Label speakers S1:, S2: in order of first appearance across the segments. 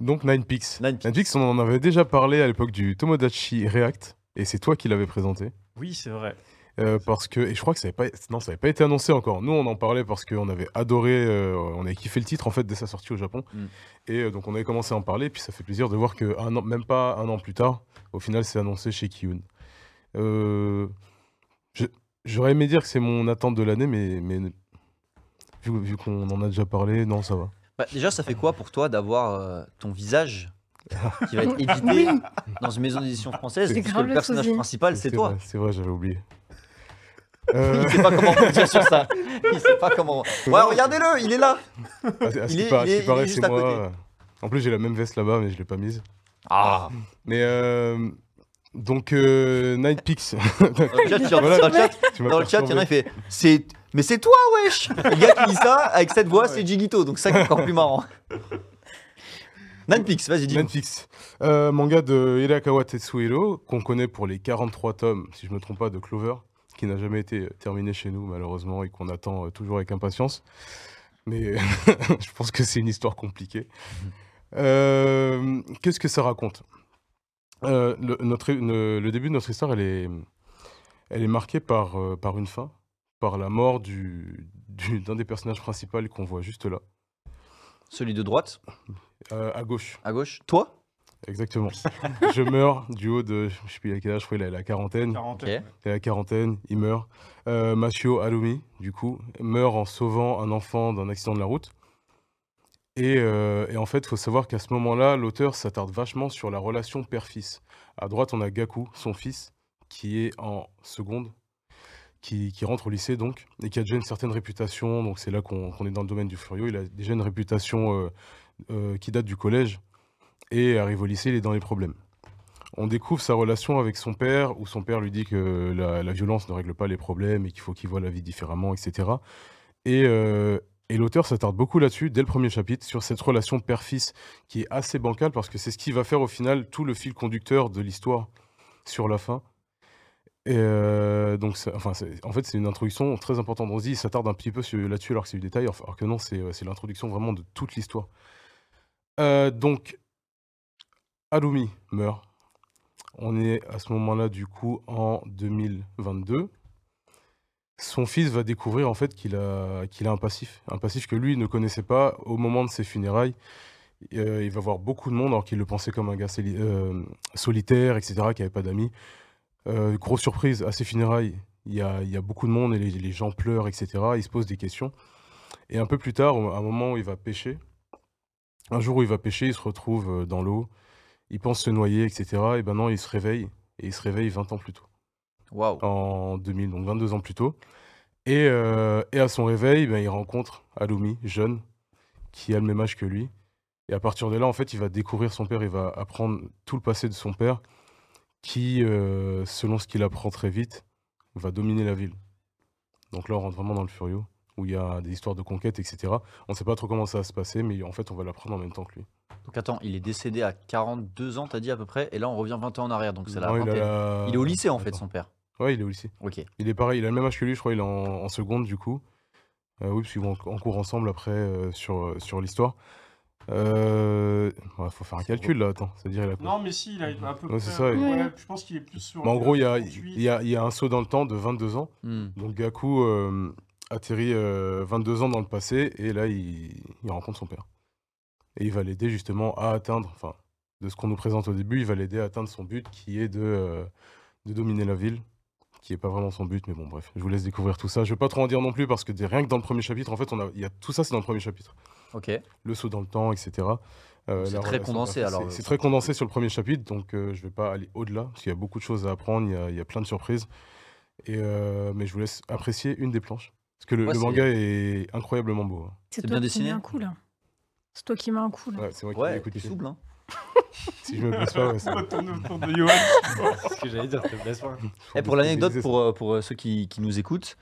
S1: Donc Nine Pix.
S2: Nine Pix.
S1: Nine Pix, on en avait déjà parlé à l'époque du Tomodachi React, et c'est toi qui l'avais présenté.
S2: Oui, c'est vrai.
S1: Euh, parce que, et je crois que ça n'avait pas, non, ça avait pas été annoncé encore. Nous, on en parlait parce qu'on avait adoré, euh, on avait kiffé le titre en fait dès sa sortie au Japon.
S2: Mm.
S1: Et euh, donc, on avait commencé à en parler. Puis ça fait plaisir de voir que, un an, même pas un an plus tard, au final, c'est annoncé chez Kiyun. Euh, je- J'aurais aimé dire que c'est mon attente de l'année, mais, mais vu, vu qu'on en a déjà parlé, non, ça va.
S3: Bah, déjà, ça fait quoi pour toi d'avoir euh, ton visage qui va être édité dans une maison d'édition française
S1: C'est
S3: puisque
S4: grave
S3: le
S4: le
S3: personnage
S4: sosie.
S3: principal, Ah, c'est toi.
S1: vrai, C'est vrai, j'avais oublié. Euh,
S3: Il sait pas comment dire sur ça. Il sait pas comment. Ouais, regardez-le, il est là.
S1: à, à ce
S3: Il
S1: qui
S3: est-
S1: paraît-
S3: il
S1: ce qui
S3: est- il est
S1: paraît,
S3: juste
S1: c'est
S3: à
S1: moi.
S3: côté.
S1: euh, En plus, j'ai la même veste là-bas, mais je l'ai pas mise.
S3: Ah.
S1: Mais euh, donc euh, Night Peaks.
S3: Dans le chat, il y en
S1: Voilà,
S3: a- dans le chat,
S1: tu m'as
S3: dans le chat, il y en a
S1: perturbé.
S3: qui fait c'est mais c'est toi wesh. Le gars qui dit ça avec cette voix, c'est Jigito, donc ça qui est encore plus marrant. Nanpix, vas-y dis.
S1: Night Peaks. Euh, manga de Hirakawa Tetsuhiro qu'on connaît pour les 43 tomes, si je me trompe pas, de Clover, qui n'a jamais été terminé chez nous malheureusement et qu'on attend euh, toujours avec impatience. Mais je pense que c'est une histoire compliquée. Euh, Qu'est-ce que ça raconte Euh, le, notre- le- le début de notre histoire, elle est, elle est marquée par, euh, par une fin, par la mort du- du- d'un des personnages principaux qu'on voit juste là,
S3: Celui de droite,
S1: euh, à gauche.
S3: à gauche, toi.
S1: Exactement. je meurs du haut de, je sais plus à quel âge, je crois qu'il a la quarantaine.
S2: Quarantaine.
S1: Il a la quarantaine, il meurt. Euh, Machio Harumi, du coup, meurt en sauvant un enfant d'un accident de la route. Et, euh, et en fait, il faut savoir qu'à ce moment-là, l'auteur s'attarde vachement sur la relation père-fils. À droite, on a Gaku, son fils, qui est en seconde, qui, qui rentre au lycée donc, et qui a déjà une certaine réputation. Donc c'est là qu'on qu'on est dans le domaine du Furio. Il a déjà une réputation euh, euh, qui date du collège et arrive au lycée, il est dans les problèmes. On découvre sa relation avec son père, où son père lui dit que la, la violence ne règle pas les problèmes et qu'il faut qu'il voit la vie différemment, etc. Et, euh, et l'auteur s'attarde beaucoup là-dessus, dès le premier chapitre, sur cette relation père-fils qui est assez bancale, parce que c'est ce qui va faire au final tout le fil conducteur de l'histoire sur la fin. Et euh, donc, ça- enfin, c'est- en fait, c'est une introduction très importante. On se dit, il s'attarde un petit peu sur- là-dessus alors que c'est du détail, alors que non, c'est euh, c'est l'introduction vraiment de toute l'histoire. Euh, donc, Harumi meurt. On est à ce moment-là, du coup, en 2022. Son fils va découvrir en fait qu'il a, qu'il a un passif, un passif que lui ne connaissait pas au moment de ses funérailles. Euh, il va voir beaucoup de monde alors qu'il le pensait comme un gars céli- euh, solitaire, etc., qui n'avait pas d'amis. Euh, grosse surprise, à ses funérailles, il y a, il y a beaucoup de monde et les, les gens pleurent, etc. Ils se posent des questions. Et un peu plus tard, au- à un moment où il va pêcher, un jour où il va pêcher, il se retrouve euh, dans l'eau, il pense se noyer, etc. Et ben non, il se réveille. Et il se réveille 20 ans plus tôt,
S3: Waouh.
S1: en 2000, donc 22 ans plus tôt. Et, euh, et à son réveil, ben, il rencontre Alumi, jeune, qui a le même âge que lui. Et à partir de là, en fait, il va découvrir son père, il va apprendre tout le passé de son père, qui, euh, selon ce qu'il apprend très vite, va dominer la ville. Donc là, on rentre vraiment dans le Furio, où il y a des histoires de conquête, etc. On ne sait pas trop comment ça va se passer, mais en fait, on va l'apprendre en même temps que lui.
S3: Donc attends, il est décédé à 42 ans, t'as dit à peu près, et là on revient 20 ans en arrière, donc c'est la
S1: Non, il, a
S3: vingtaine.
S1: la-
S3: Il est au lycée en fait,
S1: Euh, Attends.
S3: son père.
S1: Ouais, il est au lycée.
S3: Ok.
S1: Il est pareil, il a le même âge que lui, je crois, il est en, en seconde du coup. Euh, oui, parce qu'ils vont en, en cours ensemble après euh, sur, euh, sur l'histoire. Euh... ouais, faut faire un calcul là, attends, c'est-à-dire il a quoi
S2: Non, mais si, il a à peu
S1: Ouais,
S2: près.
S1: c'est ça, il-
S2: ouais, je pense qu'il est plus sur.
S1: Mais en
S2: le
S1: gros, il y a,
S2: 38.
S1: il y a- il y a un saut dans le temps de 22 ans.
S3: Hmm.
S1: Donc Gaku euh, atterrit euh, 22 ans dans le passé et là, il, il rencontre son père. Et il va l'aider justement à atteindre, enfin, de ce qu'on nous présente au début, il va l'aider à atteindre son but qui est de, euh, de dominer la ville, qui n'est pas vraiment son but, mais bon, bref, je vous laisse découvrir tout ça. Je ne vais pas trop en dire non plus parce que dès- rien que dans le premier chapitre, en fait, on a, il y a, tout ça, c'est dans le premier chapitre
S3: Ok.
S1: le saut dans le temps, etc. Euh,
S3: C'est
S1: la
S3: très
S1: relation
S3: condensé,
S1: parfaite,
S3: alors.
S1: C'est c'est très condensé sur le premier chapitre, donc euh, je ne vais pas aller au-delà, parce qu'il y a beaucoup de choses à apprendre, il y a, il y a plein de surprises. Et, euh, mais je vous laisse apprécier une des planches. Parce que le,
S3: Ouais,
S1: le
S3: c'est-
S1: manga est incroyablement beau. hein.
S3: C'est
S4: C'est
S3: bien
S4: toi qui
S3: dessiné
S4: mets un coup là. C'est toi qui mets un coup là.
S1: Ouais, c'est moi qui l'ai
S3: Ouais,
S1: écouté.
S3: t'es souple, hein.
S1: Si je me blesse pas, ouais, c'est-
S2: Retourne autour de Johan.
S5: ce que j'allais dire, te blesse pas.
S3: Eh, pour l'anecdote, pour, euh, pour euh, ceux qui, qui nous écoutent,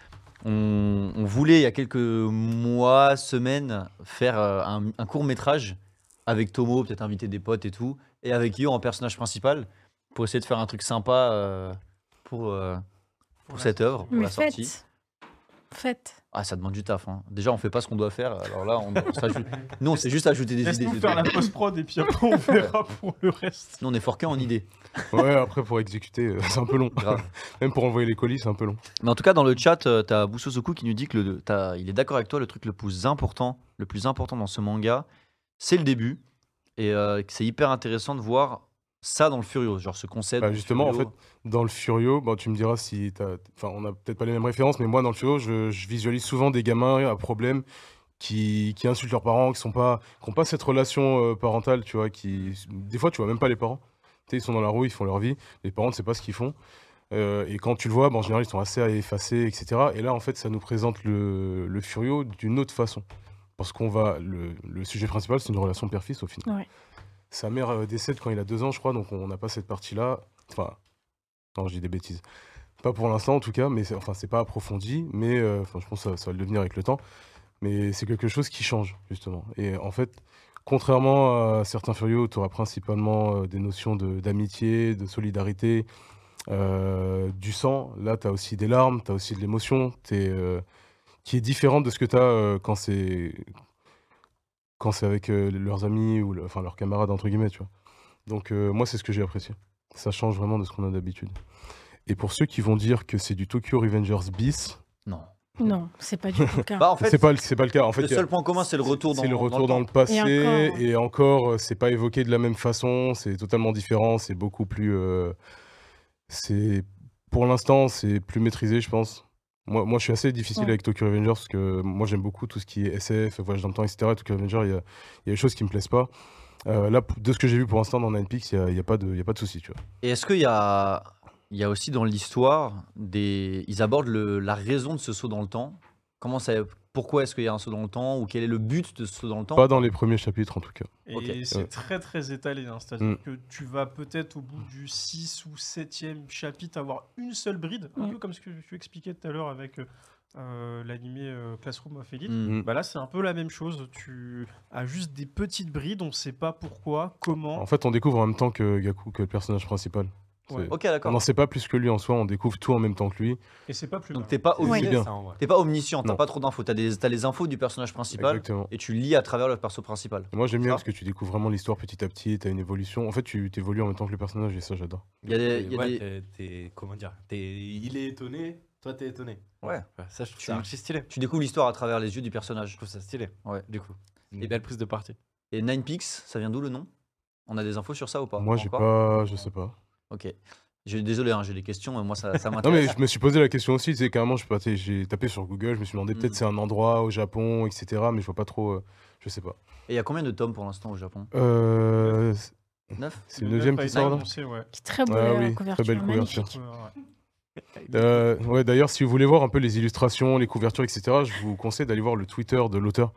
S3: on, on voulait il y a quelques mois, semaines, faire euh, un, court métrage avec Tomo, peut-être inviter des potes et tout, et avec Yo en personnage principal, pour essayer de faire un truc sympa euh, pour, euh, pour cette œuvre, pour
S4: Mais
S3: la sortie.
S4: faites Faites.
S3: Ah, ça demande du taf. hein. Déjà, on fait pas ce qu'on doit faire. Alors là, on, on s'ajoute- nous, on s'est juste ajouté des idées.
S2: Laisse-nous
S3: c'est
S2: faire
S3: tout.
S2: la post-prod et puis après on verra pour le reste.
S3: Nous, on est forqués en idées.
S1: Ouais, après, pour exécuter, euh, c'est un peu long.
S3: Grave.
S1: Même pour envoyer les colis, c'est un peu long.
S3: Mais en tout cas, dans le chat, euh, t'as Busozoku qui nous dit que le, t'as- il est d'accord avec toi. Le truc le plus important, le plus important dans ce manga, c'est le début, et euh, que c'est hyper intéressant de voir ça dans le Furio, genre ce concept.
S1: Bah,
S3: du
S1: justement, en
S3: Furio.
S1: Dans le Furio, bon, tu me diras si t'as- Enfin, on n'a peut-être pas les mêmes références, mais moi, dans le Furio, je, je visualise souvent des gamins à problème qui, qui insultent leurs parents, qui n'ont pas, qui ont pas cette relation euh, parentale, tu vois. Qui... Des fois, tu vois même pas les parents. Tu sais, ils sont dans la rue, ils font leur vie. Les parents ne savent pas ce qu'ils font. Euh, et quand tu le vois, bah, en général, ils sont assez effacés, etc. Et là, en fait, ça nous présente le, le Furio d'une autre façon. Parce qu'on va. Le, le sujet principal, c'est une relation père-fils au final.
S4: Ouais.
S1: Sa mère euh, décède quand il a deux ans, je crois, donc on n'a pas cette partie-là. Enfin, non, je dis des bêtises. Pas pour l'instant en tout cas, mais c'est- enfin c'est pas approfondi, mais euh, enfin je pense que ça, ça va le devenir avec le temps. Mais c'est quelque chose qui change justement. Et en fait, contrairement à certains furieux, tu auras principalement euh, des notions de- d'amitié, de, solidarité, euh, du sang. Là, tu as aussi des larmes, tu as aussi de l'émotion, t'es, euh, qui est différente de ce que tu as quand c'est quand c'est avec euh, leurs amis ou le- enfin leurs camarades entre guillemets, tu vois. Donc euh, moi c'est ce que j'ai apprécié. Ça change vraiment de ce qu'on a d'habitude. Et pour ceux qui vont dire que c'est du Tokyo Revengers bis,
S3: Non.
S4: Non, c'est pas du tout le cas.
S3: Bah, en fait,
S1: c'est pas le- c'est pas le cas. En fait,
S3: le
S1: il y a-
S3: seul point commun, c'est le retour dans
S1: c'est le retour dans le
S3: temps.
S1: passé
S4: Et encore.
S1: et encore, euh, c'est pas évoqué de la même façon, c'est totalement différent, c'est beaucoup plus, euh, c'est pour l'instant c'est plus maîtrisé, je pense. Moi, moi, je suis assez difficile
S4: Ouais.
S1: avec Tokyo Revengers parce que moi j'aime beaucoup tout ce qui est SF, voyage dans le temps, etc. Tokyo Revengers, il y a, il y a des choses qui me plaisent pas. Euh, là, p- de ce que j'ai vu pour l'instant dans Nine Peaks, il y a, il y a pas de, il y a pas de souci, tu vois.
S3: Et est-ce qu'il y a, il y a aussi dans l'histoire des, ils abordent le- la raison de ce saut dans le temps. Comment ça, pourquoi est-ce qu'il y a un saut dans le temps ou quel est le but de ce saut dans le temps
S1: Pas dans les premiers chapitres en tout cas.
S2: Et
S3: Ok.
S2: c'est
S1: Ouais.
S2: très très étalé, hein. c'est-à-dire
S1: Mm.
S2: que tu vas peut-être au bout du 6 ou 7e chapitre avoir une seule bride, un
S4: Mm.
S2: peu comme ce que tu expliquais tout à l'heure avec euh, euh, l'animé euh, Classroom of Elite.
S1: Mm.
S3: Hmm.
S2: Bah là c'est un peu la même chose, tu as juste des petites brides, on sait pas pourquoi, comment.
S1: En fait, on découvre en même temps que Gaku, que le personnage principal. C'est-
S2: Ouais.
S3: Ok,
S1: On
S3: d'accord.
S1: n'en sait pas plus que lui en soi, on découvre tout en même temps que lui.
S2: Et c'est pas plus
S3: Donc
S2: mal.
S3: t'es pas,
S5: C'est
S3: omniscient,
S1: bien.
S5: ça, en vrai.
S3: t'es pas omniscient, t'as
S1: Non.
S3: pas trop d'infos, t'as des- t'as les infos du personnage principal
S1: Exactement.
S3: et tu lis à travers le perso principal.
S1: Et Moi j'aime bien
S3: Ça.
S1: parce que tu découvres vraiment l'histoire petit à petit, t'as une évolution. En fait, tu t'évolues en même temps que le personnage et ça j'adore.
S3: Il y a des-
S5: Donc,
S3: il y a
S5: ouais,
S3: des-
S5: t'es- t'es- comment dire t'es- Il est étonné, toi t'es étonné.
S3: Ouais.
S5: Ça, je trouve
S3: Tu-
S5: ça archi stylé.
S3: Tu découvres l'histoire à travers les yeux du personnage.
S5: Je trouve ça stylé.
S3: Ouais.
S5: Du coup, une
S3: Et-
S5: belle prise de parti.
S3: Et Nine Peaks, ça vient d'où le nom On a des infos sur ça ou pas
S1: Moi j'ai
S3: encore
S1: pas, je sais pas.
S3: Ok. Je- Désolé, hein, j'ai des questions, moi ça, ça
S1: Non mais
S3: m'intéresse.
S1: je me suis posé la question aussi, tu sais carrément je suis passé- j'ai tapé sur Google, je me suis demandé peut-être
S3: Mm.
S1: c'est un endroit au Japon, etc. Mais je vois pas trop, euh, je sais pas.
S3: Et il y a combien de tomes pour l'instant au Japon
S1: Euh,
S3: Neuf
S1: c'est le neuvième qui sort là
S2: annoncé, ouais.
S4: C'est très beau
S1: Ah
S4: la
S1: oui,
S4: couverture.
S1: très belle
S4: magnifique.
S1: couverture.
S2: Ouais, ouais.
S1: Euh, ouais, d'ailleurs, si vous voulez voir un peu les illustrations, les couvertures, etc., je vous conseille d'aller voir le Twitter de l'auteur.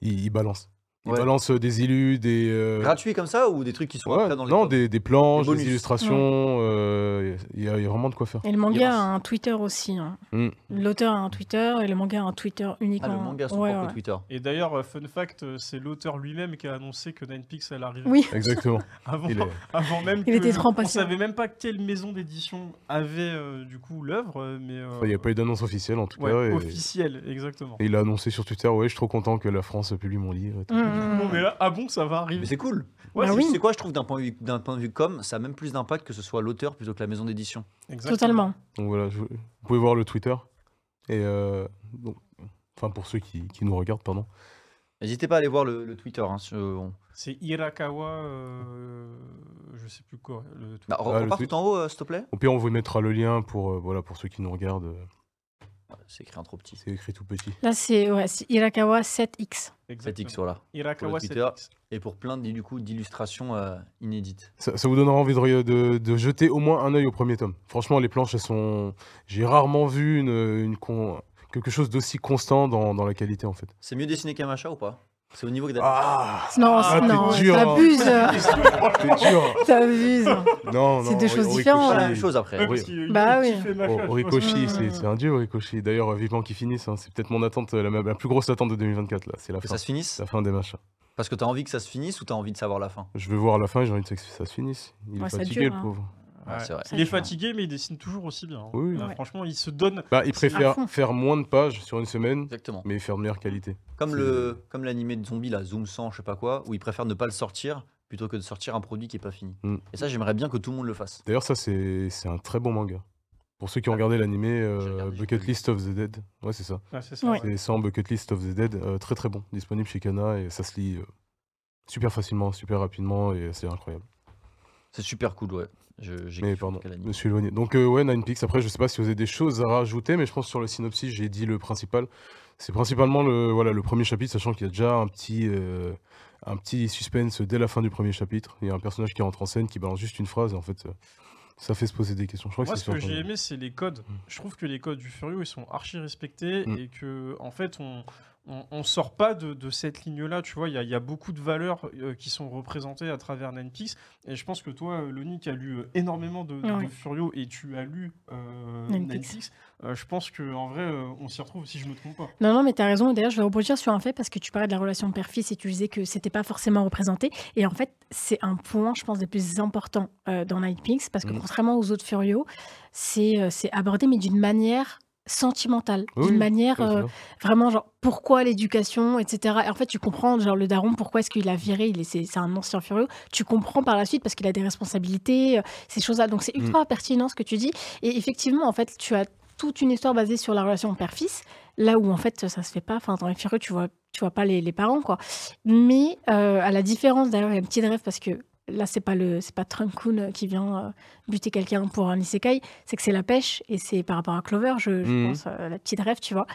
S1: Il, il balance. Il
S3: Ouais.
S1: balance euh, des illus, des. euh,
S3: Gratuit comme ça ou des trucs qui sont
S1: ouais,
S3: après dans les
S1: non,
S3: tomes
S1: des, des planches,
S3: Des
S1: des,
S3: bonus.
S1: illustrations. euh, Il y, a- il y a vraiment de quoi faire.
S4: Et le manga
S3: Yes.
S4: a un Twitter aussi. hein.
S1: Mm.
S4: L'auteur a un Twitter et le manga a un Twitter unique.
S3: Ah, le
S4: en-
S3: manga, son
S4: Ouais,
S3: propre
S4: ouais.
S3: Twitter.
S2: Et d'ailleurs, euh, fun fact, euh, c'est l'auteur lui-même qui a annoncé que Nine Peaks allait arriver
S4: Oui,
S1: Exactement.
S2: avant,
S1: Il est-
S2: avant même
S4: Il
S2: que-
S4: était trop
S2: On
S4: impatient.
S2: savait même pas quelle maison d'édition avait euh, du coup l'œuvre, euh, mais euh,
S1: Il n'y a pas eu d'annonce officielle en tout
S2: ouais,
S1: cas. et-
S2: officielle, exactement.
S1: et il a annoncé sur Twitter Ouais, je suis trop content que la France publie mon livre.
S4: Mm, mm,
S2: Bon,
S4: mm.
S2: mais là, ah bon, ça va
S3: Mais
S2: arriver.
S3: c'est cool.
S4: Ouais,
S3: c'est,
S4: Ah Bah oui.
S3: c'est quoi, je trouve, d'un point, de vue- d'un point de vue com, ça a même plus d'impact que ce soit l'auteur plutôt que la maison d'édition.
S2: Exactement.
S4: Totalement.
S1: Donc voilà, je- vous pouvez voir le Twitter. Et euh, donc, enfin, pour ceux qui, qui nous regardent, pardon.
S3: N'hésitez pas à aller voir le, le Twitter. hein, sur- on-
S2: C'est Hirakawa, euh, je sais plus quoi. Le
S3: Bah, re-
S1: Ah, le
S3: repars
S1: tweet.
S3: tout en haut, euh, s'il te plaît.
S1: Au pire, on vous mettra le lien pour, euh, voilà, pour ceux qui nous regardent. euh,
S3: Ouais, c'est écrit en trop petit.
S1: C'est écrit tout petit.
S4: Là, c'est ouais, c'est Hirakawa 7X.
S3: Cette
S2: Exactement.
S3: X, voilà. Pour
S2: Hirakawa,
S3: le
S2: c'est
S3: Twitter.
S2: X.
S3: Et pour plein de- du coup, d'illustrations euh, inédites.
S1: Ça, ça vous donnera envie de, de- de jeter au moins un œil au premier tome. Franchement, les planches, elles sont. J'ai rarement vu une, une con- quelque chose d'aussi constant dans, dans la qualité, en fait.
S3: C'est mieux dessiné qu'un machin ou pas C'est au niveau que d'être.
S1: Ah
S4: Non,
S2: Ah,
S4: c'est- non,
S1: t'es dur, hein.
S4: t'abuses,
S1: Oh, C'est dur
S4: t'abuses.
S1: Non, non.
S4: C'est deux
S1: Ori-
S4: choses
S1: Horikoshi-
S3: C'est
S4: différentes,
S3: pas la
S4: oui.
S3: même chose après.
S2: Ouais, parce
S1: oui.
S2: qu'il y a eu
S4: Bah
S2: le
S4: oui.
S2: petit fait
S1: Oh,
S2: machin, je pense.
S1: Horikoshi,
S4: Mm.
S1: c'est c'est un dieu, Horikoshi. D'ailleurs, vivement qu'il finisse. hein. C'est peut-être mon attente, euh, la, la plus grosse attente de 2024, là. C'est la
S3: Que
S1: fin.
S3: ça se finisse
S1: La fin des machins.
S3: Parce que t'as envie que ça se finisse ou t'as envie de savoir la fin
S1: Je veux voir la fin et j'ai envie que ça se finisse. Il
S4: Ouais,
S1: est
S4: ça
S1: fatigué,
S4: dure,
S1: le
S4: hein.
S1: pauvre.
S3: Ouais, c'est vrai.
S4: Ça,
S2: Il est
S4: je vois.
S2: fatigué, mais il dessine toujours aussi bien. hein.
S1: Oui, oui.
S2: Là,
S4: Ouais.
S2: Franchement, il se donne.
S1: Bah, il préfère
S4: fond.
S1: faire moins de pages sur une semaine,
S3: Exactement.
S1: mais faire de meilleure qualité.
S3: Comme
S1: C'est-
S3: le comme l'animé de zombie là, Zoom 100, je sais pas quoi, où ils préfèrent ne pas le sortir plutôt que de sortir un produit qui est pas fini.
S1: Mm.
S3: Et ça, j'aimerais bien que tout le monde le fasse.
S1: D'ailleurs, ça, c'est c'est un très bon manga. Pour
S3: Ah.
S1: ceux qui ont regardé l'animé
S3: J'ai
S1: euh,
S3: regardé, j'ai
S1: Bucket
S3: pas vu.
S1: List of the Dead, ouais, c'est ça.
S2: Ouais, c'est ça.
S4: Ouais.
S2: ouais.
S1: C'est sans Bucket List of the Dead, euh, très très bon. Disponible chez Kana et ça se lit euh, super facilement, super rapidement et c'est incroyable.
S3: C'est super cool, ouais. Je- j'ai
S1: Mais
S3: kiffé
S1: pardon,
S3: quel
S1: je
S3: anime.
S1: me suis éloigné. Donc, euh, ouais, Nine Pics. Après, je sais pas si vous avez des choses à rajouter, mais je pense que sur le synopsis, j'ai dit le principal. C'est principalement le, voilà, le premier chapitre, sachant qu'il y a déjà un petit, euh, un petit suspense dès la fin du premier chapitre. Il y a un personnage qui rentre en scène, qui balance juste une phrase, et en fait, euh, ça fait se poser des questions. Je crois
S2: Moi,
S1: que
S2: ce
S1: c'est
S2: que
S1: sur-
S2: j'ai aimé, c'est les codes. Je trouve que les codes du Furio, ils sont archi respectés
S1: Mm.
S2: et que, en fait, on. On, on sort pas de, de cette ligne-là, tu vois. Il y, a- il y a beaucoup de valeurs euh, qui sont représentées à travers Nine Pics. Et je pense que toi, euh, Loni, qui as lu euh, énormément de, de-
S4: Ouais.
S2: de Furio et tu as lu euh,
S4: Nine
S2: Nine
S4: Pics.
S2: Pics, euh, je pense qu'en vrai, euh, on s'y retrouve si je me trompe pas.
S4: Non, non, mais t'as raison. D'ailleurs, je vais rebondir sur un fait parce que tu parlais de la relation père-fils et tu disais que c'était pas forcément représenté. Et en fait, c'est un point, je pense, des plus importants euh, dans Night Pigs parce que
S1: Mhm.
S4: contrairement aux autres Furios, c'est euh, c'est abordé, mais d'une manière sentimentale,
S1: Oui,
S4: d'une manière
S1: Ouais, c'est
S4: euh,
S1: ça.
S4: vraiment genre pourquoi l'éducation, etc. Et en fait, tu comprends genre le daron pourquoi est-ce qu'il a viré, il est c'est c'est un ancien furieux. Tu comprends par la suite parce qu'il a des responsabilités, euh, ces choses-là. Donc c'est ultra pertinent ce que tu dis. Et effectivement, en fait, tu as toute une histoire basée sur la relation père-fils, là où en fait ça se fait pas. Enfin, dans les furieux, tu vois, tu vois pas les, les parents quoi. Mais euh, à la différence d'ailleurs, il y a une petite rêve parce que là c'est pas le c'est pas Trunkun qui vient euh, buter quelqu'un pour un isekai, c'est que c'est la pêche et c'est par rapport à Clover, je, je
S1: Mhm.
S4: pense euh, la petite rêve, tu vois.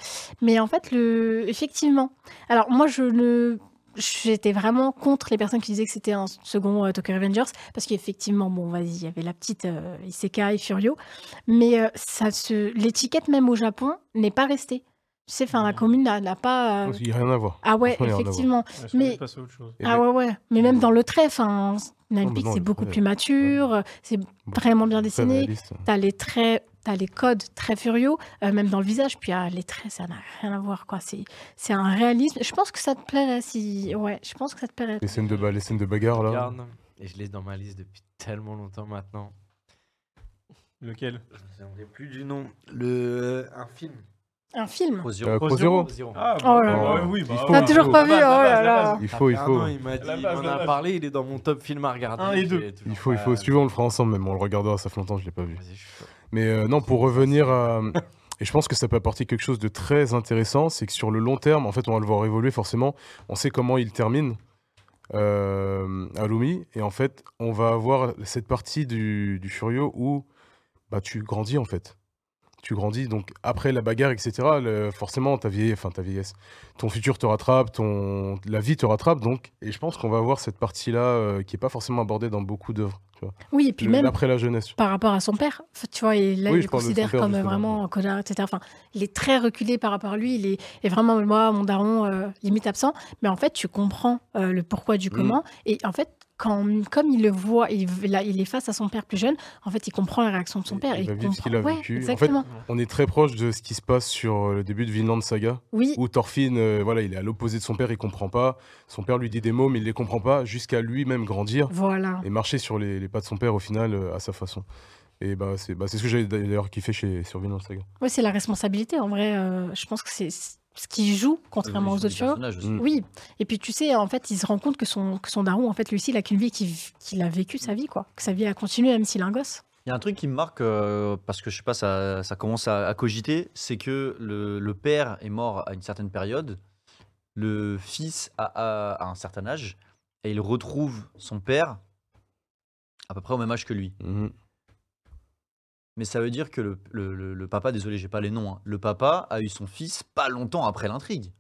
S4: Mais en fait, le... effectivement. Alors, moi, je ne. J'étais vraiment contre les personnes qui disaient que c'était un second euh, Tokyo Revengers, parce qu'effectivement, bon, vas-y, il y avait la petite euh, Isekai, Furio, mais euh, ça se... l'étiquette même au Japon n'est pas restée. Tu sais, enfin, la commune n'a n'a pas... euh,
S1: Il n'y a rien à voir.
S4: Ah ouais,
S1: Oui, on en a
S4: effectivement.
S2: Est-ce que
S4: Mais-
S2: vous êtes passé à autre chose
S1: Et
S4: Ah ouais, ouais. Mais même dans le trait, enfin,
S1: Non, mais
S4: Nalpic,
S1: non,
S4: c'est
S1: le
S4: beaucoup
S1: trait,
S4: plus mature, euh, c'est vraiment bien
S1: Très
S4: dessiné.
S1: réaliste.
S4: T'as les traits, t'as les codes très furieux, euh, même dans le visage. Puis ah, les traits, ça n'a rien à voir, quoi. C'est, c'est un réalisme. Je pense que ça te plairait si, ouais, je pense que ça te plairait.
S1: Les scènes de, ba- les scènes de bagarre, là.
S5: Regarde, et je l'ai dans ma liste depuis tellement longtemps maintenant.
S2: Lequel
S5: J'aimerais plus du nom. Le... Un film.
S4: Un film.
S3: Posio.
S1: Euh,
S2: Cross
S1: Cross Zero.
S2: Ah,
S4: Oh là
S1: là.
S2: ouais, oui, bah,
S1: Il faut-
S2: ouais.
S4: T'as toujours pas
S5: Ah
S4: vu, oh
S5: bah, bah,
S4: là
S5: bah,
S4: là.
S5: bah,
S1: Il
S5: ça
S1: faut,
S5: fait
S1: il
S5: un
S1: faut.
S5: an, il m'a dit,
S2: La
S5: il
S2: base,
S5: m'en
S2: la
S5: a
S2: base.
S5: parlé, il est dans mon top film à regarder.
S2: Un et
S5: j'ai
S2: deux.
S5: toujours
S1: Il faut, il
S2: Euh,
S1: faut.
S5: pas-
S1: Suivant, on le fera ensemble même. On le regardera, ça fait longtemps que je l'ai pas vu.
S5: Vas-y, je suis chaud.
S1: Mais euh, non, pour revenir à. Et je pense que ça peut apporter quelque chose de très intéressant, c'est que sur le long terme, en fait, on va le voir évoluer forcément. On sait comment il termine euh, à Lumi. Et en fait, on va avoir cette partie du, du Furio où bah, tu grandis, en fait. Tu grandis, donc après la bagarre, etc., le- forcément, ta vieillesse, enfin ta vieillesse, ton futur te rattrape, ton, la vie te rattrape, donc. Et je pense qu'on va avoir cette partie-là euh, qui n'est pas forcément abordée dans beaucoup d'œuvres. tu vois.
S4: Oui, et puis
S1: Le-
S4: même
S1: Après la jeunesse.
S4: par rapport à son père, F- tu vois, il, là,
S1: Oui,
S4: il
S1: je
S4: le
S1: parle de son
S4: considère
S1: père,
S4: comme euh,
S1: justement.
S4: vraiment un connard, etc. Enfin, il est très reculé par rapport à lui. Il est, et vraiment, moi, mon daron, euh, limite absent. Mais en fait, tu comprends euh, le pourquoi
S1: Mm.
S4: du comment. Et en fait, quand, comme il le voit, il, là, il est face à son père plus jeune, en fait, il comprend la réaction de son
S1: Il-
S4: père.
S1: il
S4: et
S1: va
S4: il
S1: vivre ce
S4: comprend.
S1: qu'il a
S4: Ouais,
S1: vécu. En fait,
S4: exactement.
S1: On est très proche de ce qui se passe sur euh, le début de Vinland Saga,
S4: oui,
S1: où Thorfinn, euh, voilà, il est à l'opposé de son père, il comprend pas. Son père lui dit des mots, mais il les comprend pas, jusqu'à lui-même grandir
S4: voilà.
S1: et marcher sur les, les pas de son père au final euh, à sa façon. Et bah c'est bah, c'est ce que j'avais d'ailleurs kiffé chez sur Vinland Saga.
S4: Ouais, c'est la responsabilité. En vrai, euh, je pense que c'est c'est ce qui joue, contrairement aux
S3: Évolution
S4: autres
S3: des
S4: furieux.
S3: personnages aussi.
S1: Mm.
S4: Oui, et puis tu sais, en fait, il se rend compte que son, que son daron, en fait, lui aussi, il a qu'une vie qu'il qu'il a vécu
S1: Mm.
S4: sa vie, quoi. Que sa vie a continué, même s'il a un gosse.
S3: Il y a un truc qui me marque, euh, parce que je sais pas, ça, ça commence à, à cogiter, c'est que le, le père est mort à une certaine période, le fils a, a- a un certain âge, et il retrouve son père à peu près au même âge que lui.
S1: Mhm.
S3: Mais ça veut dire que le, le- le- le papa, désolé, j'ai pas les noms, hein, le papa a eu son fils pas longtemps après l'intrigue.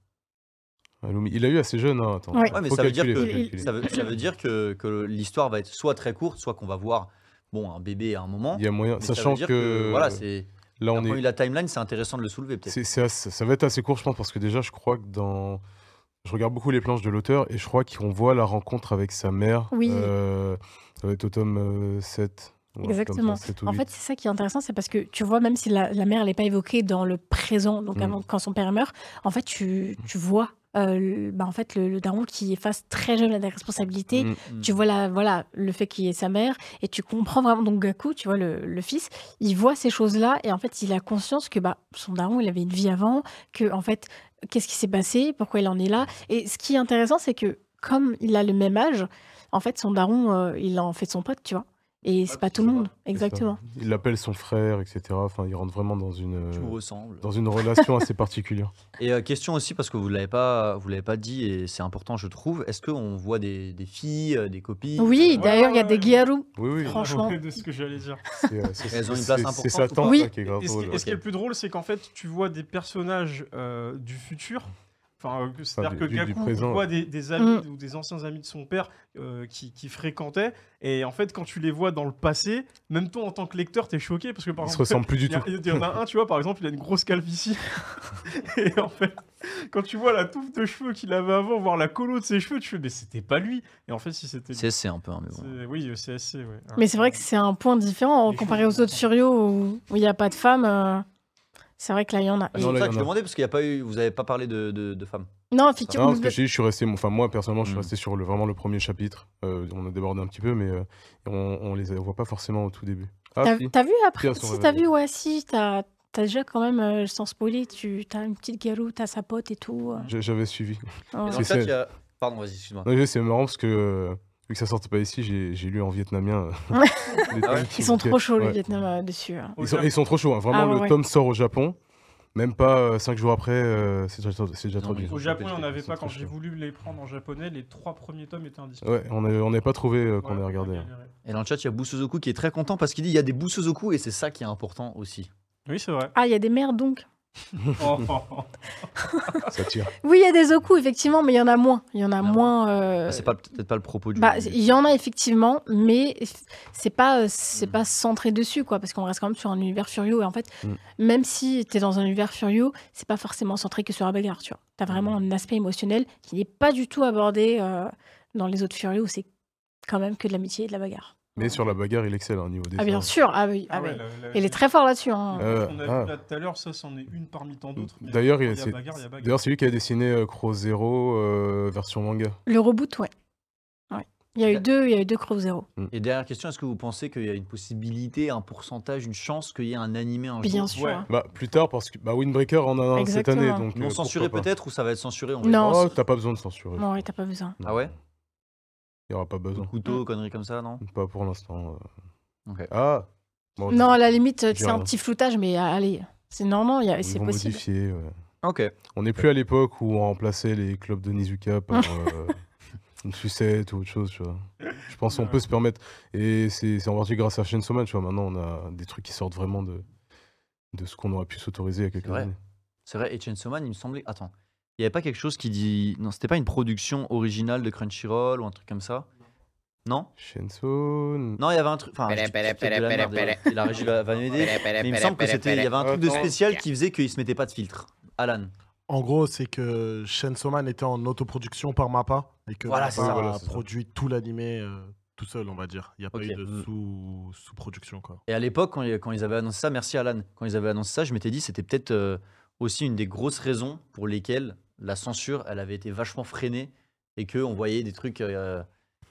S1: Alumi- Il a eu assez jeune, hein, attends.
S4: Ouais.
S3: Ouais, mais
S1: Faut
S3: ça veut dire
S1: calculer,
S3: que-
S1: faut calculer.
S3: Ça veut, ça veut dire que, que l'histoire va être soit très courte, soit qu'on va voir bon, un bébé à un moment.
S1: Il y a moyen,
S3: mais ça veut
S1: sachant
S3: dire
S1: que,
S3: voilà, c'est.
S1: là on
S3: Quand
S1: est
S3: il a la timeline, c'est intéressant de le soulever peut-être.
S1: C'est, c'est assez- ça va être assez court, je pense, parce que déjà, je crois que dans. Je regarde beaucoup les planches de l'auteur et je crois qu'on voit la rencontre avec sa mère.
S4: Oui.
S1: euh, ça va être au tome euh, 7. ou un truc comme
S4: Exactement.
S1: ça, 7 ou
S4: En
S1: 8.
S4: fait, c'est ça qui est intéressant, c'est parce que tu vois, même si la, la mère, elle n'est pas évoquée dans le présent, donc
S1: Mm.
S4: avant, quand son père meurt, en fait, tu, tu vois euh, le- bah, en fait, le, le daron qui efface très jeune à des responsabilités.
S1: Mm.
S3: Hmm.
S4: Tu vois la, voilà, le fait qu'il est sa mère et tu comprends vraiment. Donc, Gaku, tu vois, le, le fils, il voit ces choses-là et en fait, il a conscience que bah, son daron, il avait une vie avant, que en fait, qu'est-ce qui s'est passé, pourquoi il en est là. Et ce qui est intéressant, c'est que comme il a le même âge, en fait, son daron, euh, il en fait son pote, tu vois. Et c'est
S5: puis
S4: pas tout
S5: ça
S4: le
S5: va,
S4: monde,
S1: Ah C'est ça.
S4: exactement.
S1: Il l'appelle son frère, etc. Enfin, il rentre vraiment dans une,
S3: Tu me
S1: euh,
S3: ressembles.
S1: dans une relation assez particulière.
S3: Et euh, question aussi, parce que vous ne l'avez pas vous l'avez pas dit, et c'est important, je trouve, est-ce qu'on voit des, des filles, euh, des copines
S4: Oui,
S2: Ouais,
S4: d'ailleurs, il y a
S2: ouais,
S4: des
S2: ouais.
S4: guerrous.
S1: Oui, oui.
S4: Franchement.
S2: de ce que j'allais dire.
S1: c'est, euh, c'est-
S3: Elles ont une
S1: c'est-
S3: place
S1: c'est-
S3: importante
S1: C'est sa
S3: ou pas
S1: tante
S4: Oui.
S1: là, qui est grave
S2: Et ce, qui,
S1: drôle.
S2: et ce qui est
S3: ok.
S2: le plus drôle, c'est qu'en fait, tu vois des personnages euh, du futur. Enfin, euh, que- c'est-à-dire
S1: du-
S2: que
S1: du- du
S2: Gaku
S1: présent,
S2: voit des, des amis
S4: Mm.
S2: ou des anciens amis de son père euh, qui, qui fréquentaient. Et en fait, quand tu les vois dans le passé, même toi en tant que lecteur, t'es choqué parce que par
S1: Ils se
S2: exemple,
S1: ressemblent plus du
S2: il y,
S1: tout.
S2: a- il y en a un, tu vois, par exemple, il a une grosse calvitie. et en fait, quand tu vois la touffe de cheveux qu'il avait avant, voir la colo de ses cheveux, tu fais, mais c'était pas lui. Et en fait, si c'était lui.
S3: CSC un peu, hein, mais bon.
S2: c'est- Oui, euh, c'est assez, ouais.
S4: Mais c'est vrai que c'est un point différent
S2: Les
S4: comparé
S2: choses
S4: aux autres Furios où où il n'y a pas de femmes. euh, c'est vrai que là, il y en a.
S3: Ah,
S4: Et-
S3: c'est
S1: non,
S3: pour
S1: là,
S3: ça
S1: il y
S3: que je
S1: en a.
S3: demandais, parce qu'il y a pas eu, vous n'avez pas parlé de, de, de femmes.
S1: Ah
S4: Non,
S1: Non,
S4: effectivement.
S1: parce que je dis, je suis resté, enfin moi personnellement, je
S4: Hmm.
S1: suis
S3: Mm.
S1: resté sur le, vraiment le premier chapitre. Euh, on a débordé un petit peu, mais euh, on, on les voit pas forcément au tout début. Ah,
S4: T'as
S1: si.
S4: t'as vu
S1: Si,
S4: après
S1: elles sont
S4: Si, t'as
S1: révélées.
S4: vu, ouais, si, t'as t'as déjà quand même, euh, sans spoiler, tu as une petite garou, t'as sa pote et tout. euh, hein.
S1: J'ai- j'avais suivi.
S4: ouais.
S3: Et dans
S1: C'est
S3: le chat,
S1: ça.
S3: il y a... Pardon, vas-y, excuse-moi.
S1: Non, mais c'est marrant parce que euh, vu que ça sortait pas ici, j'ai j'ai lu en vietnamien. euh, les
S3: Ah ouais
S1: trucs
S4: Ils sont
S1: qui-
S4: trop chauds, le
S1: ouais.
S4: Vietnam, euh, dessus. hein.
S1: Ils sont, ils sont trop chauds. hein. Vraiment,
S4: Ah ouais,
S1: le
S4: ouais.
S1: tome sort au Japon. Même pas euh, cinq jours après, euh, c'est déjà, c'est déjà
S3: Ils ont
S1: traduit.
S3: mis-
S2: Au Japon, il n'y en
S1: Ils
S2: avait
S1: sont
S2: pas.
S1: très
S2: Quand j'ai
S1: chauds.
S2: voulu les prendre en japonais, les trois premiers tomes étaient indisponibles.
S1: Ouais, on n'avait on n'avait pas trouvé euh, qu'on
S2: Ouais,
S1: ait
S2: on a
S1: regardé. hein.
S2: galéré.
S3: Et dans le chat, il y a Busuzoku qui est très content parce qu'il dit il y a des Busuzoku et c'est ça qui est important aussi.
S2: Oui, c'est vrai.
S4: Ah, il y a des mères donc.
S2: Oh, oh, oh.
S1: Ça tire.
S4: Oui, il y a des Oku, effectivement, mais il y en a moins. Il y en a
S3: Il y en a
S4: moins. euh,
S3: Ah, c'est pas peut-être pas le propos du.
S4: Bah, il y en a effectivement, mais c'est pas euh, c'est pas centré dessus quoi, parce qu'on reste quand même sur un univers furieux et en fait,
S1: Mm.
S4: même si t'es dans un univers furieux, c'est pas forcément centré que sur la bagarre, tu vois. T'as vraiment un aspect émotionnel qui n'est pas du tout abordé euh, dans les autres furieux où c'est quand même que de l'amitié et de la bagarre.
S1: Mais sur la bagarre, il excelle hein, au niveau des.
S4: Ah bien sûr, ah oui, ah
S2: Ah ouais,
S4: oui.
S2: la- la-
S4: Il est très fort là-dessus. hein.
S1: Euh,
S2: On a
S1: ah.
S2: vu là tout à l'heure, ça, c'en est une parmi tant d'autres. mais
S1: D'ailleurs,
S2: quand
S1: il-
S2: il y a
S1: c'est-
S2: bagarre, il y a bagarre.
S1: D'ailleurs, c'est lui qui a dessiné euh, Crow Zero euh, version manga.
S4: Le reboot, ouais. Ouais. Il y a
S3: Il a-
S4: eu deux, il y a eu deux Crow Zero.
S3: Et dernière question, est-ce que vous pensez qu'il y a une possibilité, un pourcentage, une chance qu'il y ait un animé un
S4: Bien
S3: jour
S4: sûr.
S2: ouais.
S4: hein.
S1: Bah, plus tard, parce que bah, Windbreaker en a un cette
S4: Exactement.
S1: année. Donc,
S3: Non
S1: euh,
S3: censuré
S1: pourquoi pas.
S3: peut-être ou ça va être censuré on le-
S4: Non.
S1: Oh, t'as pas besoin de censurer.
S4: Non, ouais, t'as pas besoin.
S1: Non.
S3: Ah ouais
S1: Il y aura pas besoin.
S4: Mm.
S3: Couteau, conneries comme ça, non
S1: Pas pour l'instant. euh.
S3: Ok.
S1: Ah Bon,
S4: Non, à la limite,
S1: Je
S4: c'est un
S1: dirais-
S4: petit floutage, mais ah, allez, c'est non, non, il y a-
S1: ils
S4: c'est
S1: vont
S4: possible.
S1: modifier, ouais.
S3: Ok.
S1: On n'est plus à l'époque où on remplaçait les clubs de Nizuka par euh, une sucette ou autre chose, tu vois. Je pense qu'on
S2: Ouais.
S1: peut se permettre. Et c'est c'est en partie grâce à Chainsaw Man, tu vois. Maintenant, on a des trucs qui sortent vraiment de, de ce qu'on aurait pu s'autoriser à quelques
S3: vrai.
S1: années.
S3: C'est vrai, et Chainsaw Man, il me semblait. Attends, il n'y avait pas quelque chose qui dit. Non, c'était pas une production originale de Crunchyroll ou un truc comme ça Non
S1: Chainsaw...
S3: Non, il y avait un truc. Enfin, je
S6: Pere,
S3: dis
S6: pere,
S3: peut-être de la
S6: pere,
S3: merde,
S6: pere,
S3: et la régie va, va m'aider. Mais il me semble que c'était. Il y avait un truc de spécial qui faisait qu'il se mettait pas de filtre. Alan.
S7: En gros, c'est que Chainsaw Man était en autoproduction par MAPPA et que
S3: Voilà, c'est
S7: MAPPA
S3: ça.
S7: a
S1: Voilà, c'est ça.
S7: produit tout l'animé euh, tout seul, on va dire. Il n'y a pas
S3: Ok. Mm.
S7: eu de sous- sous-production. quoi.
S3: Et à l'époque, quand, ils- quand ils avaient annoncé ça, merci Alan, quand ils avaient annoncé ça, je m'étais dit c'était peut-être euh, aussi une des grosses raisons pour lesquelles la censure, elle avait été vachement freinée et qu'on voyait des trucs euh,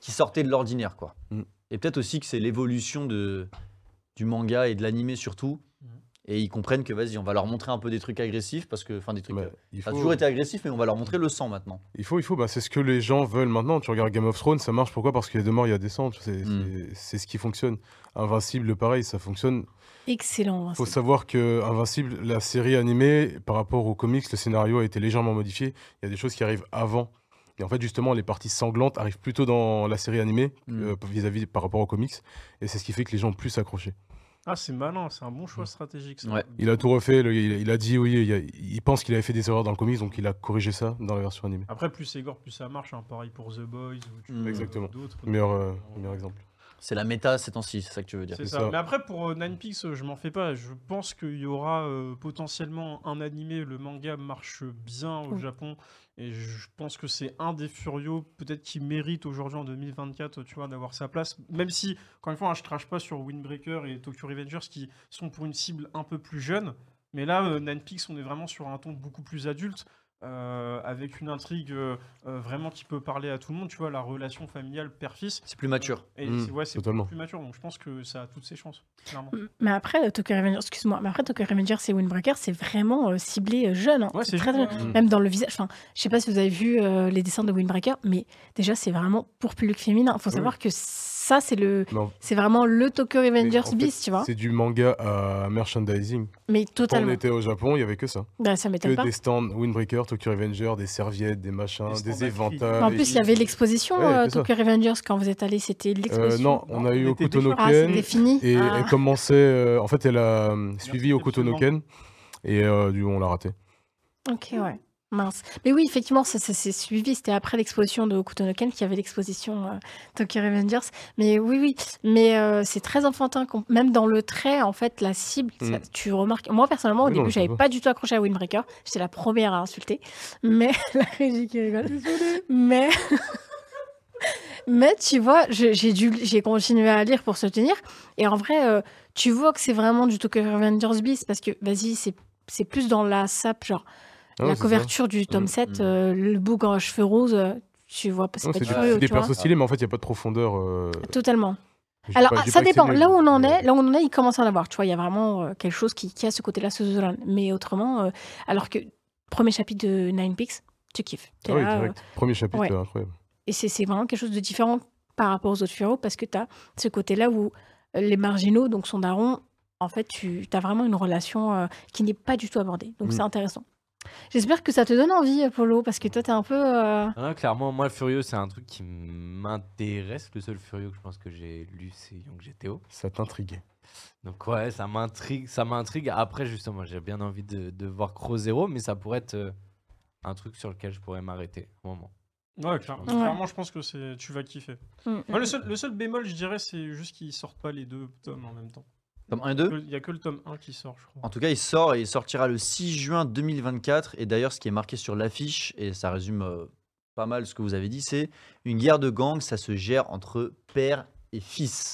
S3: qui sortaient de l'ordinaire, quoi.
S1: Mm.
S3: Et peut-être aussi que c'est l'évolution de, du manga et de l'animé surtout.
S2: Mm.
S3: Et ils comprennent que vas-y, on va leur montrer un peu des trucs agressifs parce que, enfin, des trucs.
S1: Bah,
S3: euh,
S1: il
S3: ça a
S1: faut-
S3: toujours été agressif, mais on va leur montrer le sang maintenant.
S1: Il faut, il faut, bah, c'est ce que les gens veulent maintenant. Tu regardes Game of Thrones, ça marche pourquoi Parce qu'il y a des morts, il y a des cendres. C'est
S3: Mm.
S1: c'est- c'est ce qui fonctionne. Invincible, pareil, ça fonctionne.
S4: Excellent. Vincent.
S1: faut savoir que Invincible, la série animée, par rapport aux comics, le scénario a été légèrement modifié. Il y a des choses qui arrivent avant. Et en fait, justement, les parties sanglantes arrivent plutôt dans la série animée
S4: Hmm.
S3: Mm.
S1: euh, vis-à-vis par rapport aux comics. Et c'est ce qui fait que les gens ont plus accroché.
S2: Ah, c'est malin, c'est un bon choix stratégique. ça.
S3: Ouais.
S1: Il a tout refait. le- il, il a dit, oui, il, y a- il pense qu'il avait fait des erreurs dans le comics, donc il a corrigé ça dans la version animée.
S2: Après, plus c'est gore, plus ça marche. hein. Pareil pour The Boys ou tu-
S3: Mm.
S1: Exactement.
S2: euh, d'autres.
S1: Meilleur, euh, meilleur exemple.
S3: C'est la méta ces temps-ci, c'est ça que tu veux dire.
S2: C'est
S1: C'est
S2: ça.
S1: ça.
S2: Mais après, pour euh, Nine Pics, euh, je m'en fais pas. Je pense qu'il y aura euh, potentiellement un animé. Le manga marche bien au
S4: Oui.
S2: Japon. Et je pense que c'est un des furios, peut-être, qui mérite aujourd'hui en 2024, euh, tu vois, d'avoir sa place. Même si, encore une fois, hein, je crache pas sur Windbreaker et Tokyo Revengers qui sont pour une cible un peu plus jeune. Mais là, euh, Nine Pics, on est vraiment sur un ton beaucoup plus adulte. euh, avec une intrigue euh, euh, vraiment qui peut parler à tout le monde, tu vois, la relation familiale père-fils.
S3: C'est plus mature.
S2: Et
S1: Mm,
S2: c'est ouais, c'est
S1: totalement.
S2: plus mature, donc je pense que ça a toutes ses chances, clairement.
S4: M- Mais après, euh, Tokyo Revenger, excuse-moi, mais après Tokyo Revenger, c'est Windbreaker, c'est vraiment euh, ciblé euh, jeune. hein.
S2: Ouais, c'est
S4: très,
S2: juste-
S4: très-
S2: ouais, ouais.
S1: Mm.
S4: Même dans le visage, enfin, je sais pas si vous avez vu euh, les dessins de Windbreaker, mais déjà, c'est vraiment pour public féminin. Il faut
S1: Ah Oui.
S4: savoir que ça, c'est le.
S1: Mais en-
S4: C'est vraiment le Tokyo
S1: mais en
S4: Revengers
S1: fait,
S4: Beast, tu vois.
S1: C'est du manga à merchandising.
S4: Mais
S1: Quand on
S4: totalement.
S1: était au Japon, il y avait que ça.
S4: Bah, ça m'étonne
S1: Que
S4: pas.
S1: des stands Windbreaker, Tokyo Revenger, des serviettes, des machins,
S2: Des stands
S1: des
S2: à
S1: éventails.
S4: En plus, il y avait l'exposition
S1: Ouais, il y
S4: euh,
S1: avait ça.
S4: Tokyo Revengers quand vous êtes allé, c'était l'exposition.
S1: Euh, non, on a eu
S2: On
S1: au
S2: était déjà-
S4: Ah, c'était
S1: Kotonoken.
S4: fini.
S1: Et
S4: Ah.
S1: elle commençait. euh, en fait, elle a euh, suivi au
S2: absolument.
S1: Kotonoken. Et euh, du coup, on l'a raté.
S4: Ok,
S1: Ah.
S4: ouais. Mince. Mais oui, effectivement, ça, ça s'est suivi. C'était après l'exposition de Okutonoken qu'il y avait l'exposition euh, Tokyo Revengers. Mais oui, oui. Mais euh, c'est très enfantin. qu'on- Même dans le trait, en fait, la cible, ça-
S1: Mm.
S4: tu remarques. Moi, personnellement, au
S1: Oui, non,
S4: début,
S1: je sais
S4: j'avais
S1: pas.
S4: pas du tout accroché à Windbreaker. J'étais la première à insulter. Mais la régie qui rigole. Mais. Mais tu vois, je- j'ai dû, j'ai continué à lire pour se tenir. Et en vrai, euh, tu vois que c'est vraiment du Tokyo Revengers Beast parce que, vas-y, c'est c'est plus dans la sape, genre
S1: Ah ouais,
S4: la
S1: c'est ça.
S4: couverture du tome
S1: Mm,
S4: 7,
S3: mm.
S4: euh, le bouc en cheveux roses, euh, tu vois, pas- c'est
S1: Non,
S4: pas
S1: C'est du-
S4: curieux,
S1: c'est des
S4: tu vois.
S1: persos stylés, mais en fait, il n'y a pas de profondeur. euh,
S4: Totalement.
S1: j'ai
S4: Alors,
S1: pas-
S4: ah,
S1: bah, j'ai
S4: ça
S1: pas été
S4: dépend.
S1: mal-
S4: Là où on en
S1: mais-
S4: est, là où on en est, il commence à en avoir. Tu vois, il y a vraiment euh, quelque chose qui, qui a ce côté-là, ce Zolan. Mais autrement, euh, alors que premier chapitre de Nine Peaks, tu kiffes. T'es
S1: Ah oui,
S4: là, euh,
S1: direct. Premier chapitre,
S4: ouais.
S1: incroyable.
S4: et c'est c'est vraiment quelque chose de différent par rapport aux autres furaux parce que tu as ce côté-là où euh, les marginaux, donc son daron, en fait, tu as vraiment une relation euh, qui n'est pas du tout abordée. Donc
S1: Mm.
S4: c'est intéressant. J'espère que ça te donne envie, Polo, parce que toi, tu es un peu. euh,
S5: Ah, clairement, moi, le Furieux, c'est un truc qui m'intéresse. Le seul Furieux que je pense que j'ai lu, c'est Young GTO.
S1: Ça t'intriguait.
S5: Donc, ouais, ça m'intrigue. Ça m'intrigue. Après, justement, j'ai bien envie de, de voir Crow Zero, mais ça pourrait être euh, un truc sur lequel je pourrais m'arrêter un moment.
S2: Ouais, clair-
S5: Ouais.
S2: clairement, je pense que c'est tu vas kiffer.
S4: mm,
S2: Moi, le, seul, le seul bémol, je dirais, c'est juste qu'ils sortent pas les deux tomes en même temps.
S3: Comme un et deux.
S2: Il y a que le tome 1 qui sort, je crois.
S3: En tout cas, il sort et il sortira le 6 juin 2024. Et d'ailleurs, ce qui est marqué sur l'affiche, et ça résume euh, pas mal ce que vous avez dit, c'est une guerre de gang, ça se gère entre père et fils.